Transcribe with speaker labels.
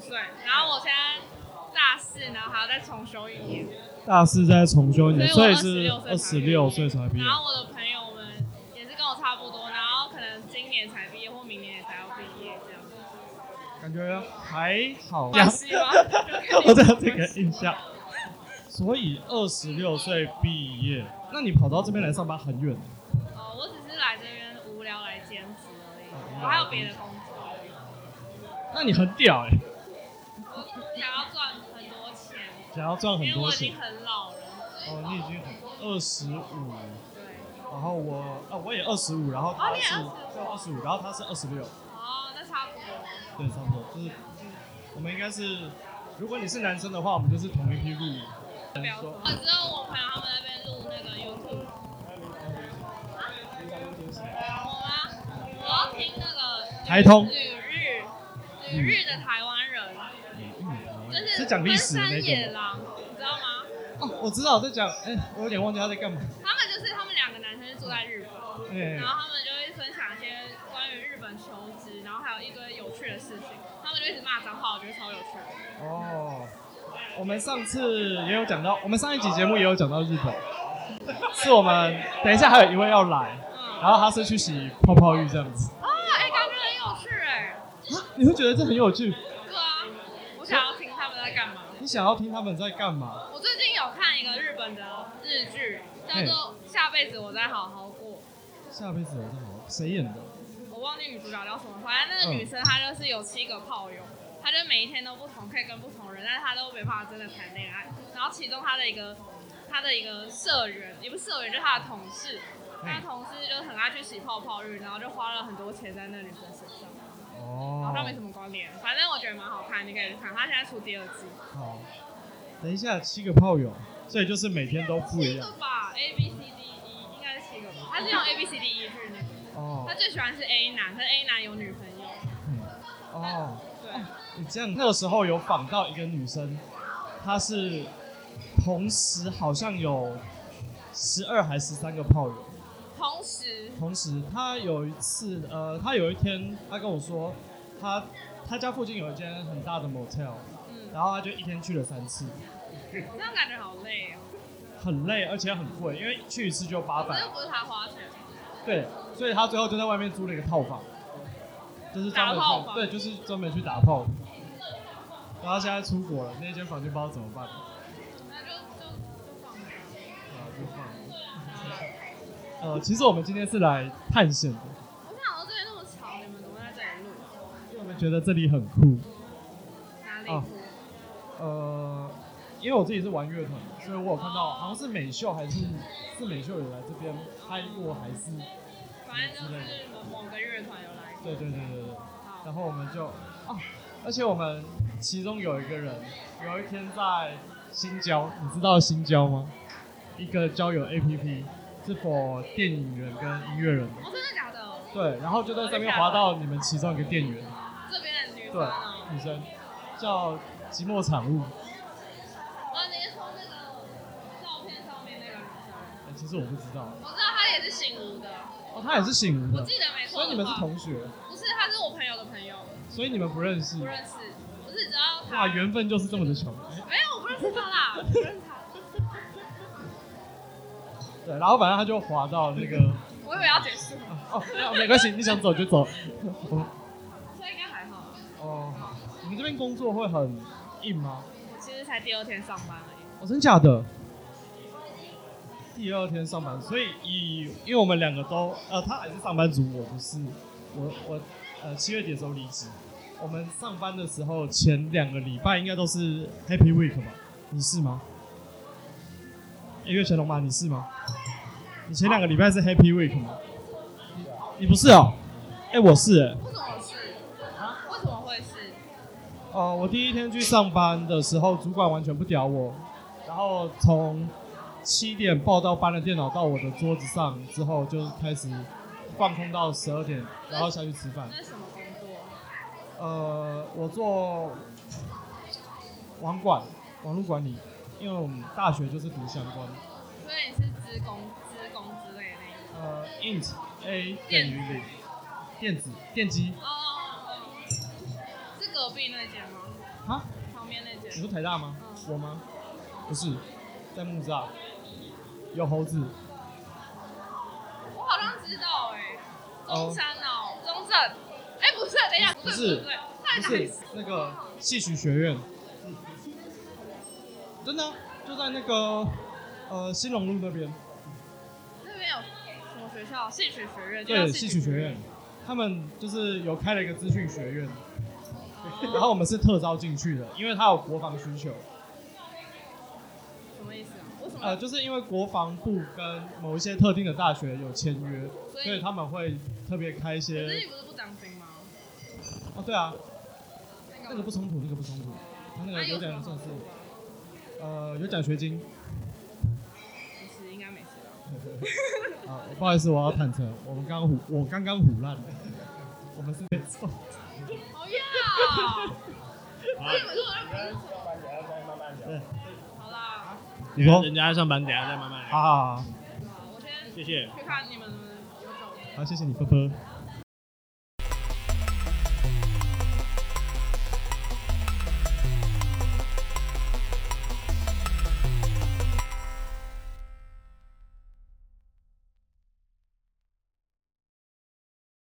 Speaker 1: 岁，然后我现在大四，然后还要再重修一年，
Speaker 2: 大四再重修一年，
Speaker 1: 所
Speaker 2: 嗯所
Speaker 1: 以
Speaker 2: 以
Speaker 1: 我
Speaker 2: 是二
Speaker 1: 26
Speaker 2: 十
Speaker 1: 岁
Speaker 2: 六岁才毕业
Speaker 1: 然。后我的朋友们也是跟我差不多，然后可能今年才毕业或明年才要毕业这样，
Speaker 2: 感觉还好？
Speaker 1: 关系吗
Speaker 2: 我只有这个印象。所以二十六岁毕业，那你跑到这边来上班很远，
Speaker 1: 哦，我只是来这边无聊来兼职而已，
Speaker 2: 哦
Speaker 1: 我还有别的工作，
Speaker 2: 那你很屌哎、
Speaker 1: 我就是想要赚很多钱，
Speaker 2: 想要赚很
Speaker 1: 因为
Speaker 2: 多
Speaker 1: 我已
Speaker 2: 钱
Speaker 1: 经。很老了。
Speaker 2: 哦，你已经很二十五，
Speaker 1: 对，
Speaker 2: 然后我啊我也二十五，然后他
Speaker 1: 哦你也
Speaker 2: 是
Speaker 1: 25
Speaker 2: 二十五，然后他是二十六，
Speaker 1: 哦，那差不多。
Speaker 2: 对，差不多就是我们应该是，如果你是男生的话，我们就是同一批入伍。嗯
Speaker 1: 不要说，我知道哦我朋友他们那边录那个 YouTube，我吗？我要听那个旅
Speaker 2: 台
Speaker 1: 旅
Speaker 2: 通
Speaker 1: 日旅日的台湾人，就是
Speaker 2: 嗯是讲历史的那
Speaker 1: 分山野
Speaker 2: 种吗。
Speaker 1: 狼，你知道吗？
Speaker 2: 哦，我知道在讲，哎、我有点忘记他在干嘛。
Speaker 1: 他们就是他们两个男生是住在日本，
Speaker 2: 哎、
Speaker 1: 然后他们就会分享一些关于日本求职，然后还有一堆有趣的事情，他们就一直骂脏话，我觉得超有趣的。
Speaker 2: 哦，我们上次也有讲到，我们上一集节目也有讲到日 本，是我们等一下还有一位要来，
Speaker 1: 嗯，
Speaker 2: 然后他是去洗泡泡浴这样子。啊
Speaker 1: 啊，哎、感觉很有趣哎、
Speaker 2: 你会觉得这很有趣，
Speaker 1: 对啊，我想要听他们在干嘛。
Speaker 2: 你想要听他们在干嘛？
Speaker 1: 我最近有看一个日本的日剧，叫
Speaker 2: 嗯
Speaker 1: 做《下辈子我再好好过》，
Speaker 2: 下辈子有这好，谁演的？
Speaker 1: 我忘记女主角叫什么，反正那个
Speaker 2: 嗯
Speaker 1: 女生她就是有七个炮友，她就每一天都不同，可以跟不同人，但是她都没办法真的谈恋爱。然后其中她的一个她的一个社员，也不是社员，就是她的同事，
Speaker 2: 嗯
Speaker 1: 她的同事就很爱去洗泡泡浴，然后就花了很多钱在那女生身上，好像没
Speaker 2: 哦，
Speaker 1: 什么关联，反正我觉得蛮好看，你可以去看。她现在出第二季，
Speaker 2: 哦好，等一下七个炮友，所以就是每天都不一
Speaker 1: 七
Speaker 2: 样
Speaker 1: 个。吧，A B C D E 应该是七个吧，她是用 A B C D E 去那个。
Speaker 2: 哦
Speaker 1: 他，最喜欢是 A 男，可是 A 男有女朋友。
Speaker 2: 嗯，哦，
Speaker 1: 对，
Speaker 2: 你这样那个时候有访到一个女生，她是同时好像有十二还十三个炮友。
Speaker 1: 同时，
Speaker 2: 同时，他有一次，呃，他有一天，他跟我说，他他家附近有一间很大的 motel，
Speaker 1: 嗯，
Speaker 2: 然后他就一天去了三次，
Speaker 1: 这样感觉好累哦。
Speaker 2: 很累，而且很贵，因为去一次就八
Speaker 1: 可
Speaker 2: 百
Speaker 1: 是，不是他花钱，
Speaker 2: 对，所以他最后就在外面租了一个套房，就是专门
Speaker 1: 打炮
Speaker 2: 去，
Speaker 1: 房
Speaker 2: 对，就是专门去打炮。然后他现在出国了，那间房间不知道怎么办，啊，
Speaker 1: 那就就就放着。啊
Speaker 2: 就放了。呃，其实我们今天是来探险的，
Speaker 1: 我想到这边那么吵，你们怎么会在这里录？啊
Speaker 2: 因为我们觉得这里很酷。
Speaker 1: 哪里
Speaker 2: 哦
Speaker 1: 录？啊
Speaker 2: 呃，因为我自己是玩乐团，所以我有看到好像是美秀还是是美秀有来这边拍过，还是
Speaker 1: 反正就是某某个乐团有来过。
Speaker 2: 对对对对对。然
Speaker 1: 好，
Speaker 2: 后我们就啊，而且我们其中有一个人有一天在新交，你知道新交吗？一个交友 APP 是 for 电影人跟音乐人的。
Speaker 1: 哦，真的假的？
Speaker 2: 对，然后就在上面滑到你们其中一个店员，
Speaker 1: 这边的女生
Speaker 2: 对
Speaker 1: 哦，，
Speaker 2: 女生叫寂寞产物。
Speaker 1: 哦，你是说那个照片上面那个女生？
Speaker 2: 哎其实我不知道，
Speaker 1: 我知道她也是醒吾的，
Speaker 2: 哦，她也是醒吾
Speaker 1: 我
Speaker 2: 的，
Speaker 1: 记得没错。
Speaker 2: 所以你们是？同学。
Speaker 1: 不是，她是我朋友的朋友，
Speaker 2: 所以你们不认识
Speaker 1: 不？认识。我只知道她。
Speaker 2: 哇，缘分就是这么的穷。
Speaker 1: 没有，我不认识他啦，我不认识他。
Speaker 2: 对，然后反正他就滑到那个，
Speaker 1: 我以为要结束，
Speaker 2: 哦，没关系，你想走就走。 哦
Speaker 1: 所以应该还好。
Speaker 2: 哦，好你们这边工作会很硬吗？
Speaker 1: 我其实才第二天上班而已。
Speaker 2: 哦，真假的？第二天上班，所以以因为我们两个都呃，他还是上班族，我不是，我我呃七月底的时候离职。我们上班的时候前两个礼拜应该都是 Happy Week 吧？你是吗？诶月乾隆吗？你是吗？你前两个礼拜是 Happy Week 吗？你你不是哦？哎、我是哎、
Speaker 1: 为什么是？啊？为什么会是？
Speaker 2: 呃，我第一天去上班的时候，主管完全不屌我，然后从七点报到搬了电脑到我的桌子上之后，就开始放空到十二点，然后下去吃饭。
Speaker 1: 那是什么工作？
Speaker 2: 呃，我做网管、网络管理，因为我们大学就是读相关。
Speaker 1: 所以你是职工、职工之类的那种。
Speaker 2: 呃，int a 等于零，电子电机
Speaker 1: 哦哦哦。是隔壁那间吗？
Speaker 2: 啊？
Speaker 1: 旁边那
Speaker 2: 你
Speaker 1: 间。
Speaker 2: 说台大吗？
Speaker 1: 嗯
Speaker 2: 我吗？不是，在木栅有猴子，
Speaker 1: 我好像知道哎、
Speaker 2: 哦
Speaker 1: 中山哦、中正，哎、不是，等一下，
Speaker 2: 不是
Speaker 1: 对不对，太
Speaker 2: 不
Speaker 1: 难
Speaker 2: 是那个戏曲学院，嗯真的啊、就在那个呃新隆路那边。
Speaker 1: 那边有什么学校？戏曲学院，
Speaker 2: 对，戏曲学院，他们就是有开了一个资讯学院，
Speaker 1: 哦
Speaker 2: 然后我们是特招进去的，因为它有国防需求。
Speaker 1: 什么意思啊？为什么？
Speaker 2: 呃，就是因为国防部跟某一些特定的大学有签约，
Speaker 1: 所以
Speaker 2: 所以他们会特别开一
Speaker 1: 可是你
Speaker 2: 些。
Speaker 1: 不是不当兵吗？
Speaker 2: 哦，对啊，
Speaker 1: 那
Speaker 2: 那个不冲突，那个不冲突，他那
Speaker 1: 那
Speaker 2: 个有
Speaker 1: 啊有什么
Speaker 2: 奖
Speaker 1: 好
Speaker 2: 算
Speaker 1: 处
Speaker 2: 是
Speaker 1: 吗？
Speaker 2: 呃有奖学金。
Speaker 1: 不是，应该没事 吧？
Speaker 2: 啊，不好意思，我要坦诚，我们刚刚唬，我刚刚唬烂了，我们是没错。
Speaker 1: 好哦 呀，那你们说我让
Speaker 3: 人家上班，等下再慢慢聊。
Speaker 1: 好啦，
Speaker 3: 你看人家在上班，等下再慢慢聊。
Speaker 2: 啊，
Speaker 1: 我先
Speaker 3: 谢谢。
Speaker 1: 去看你们有种。
Speaker 2: 好，谢谢你，波波。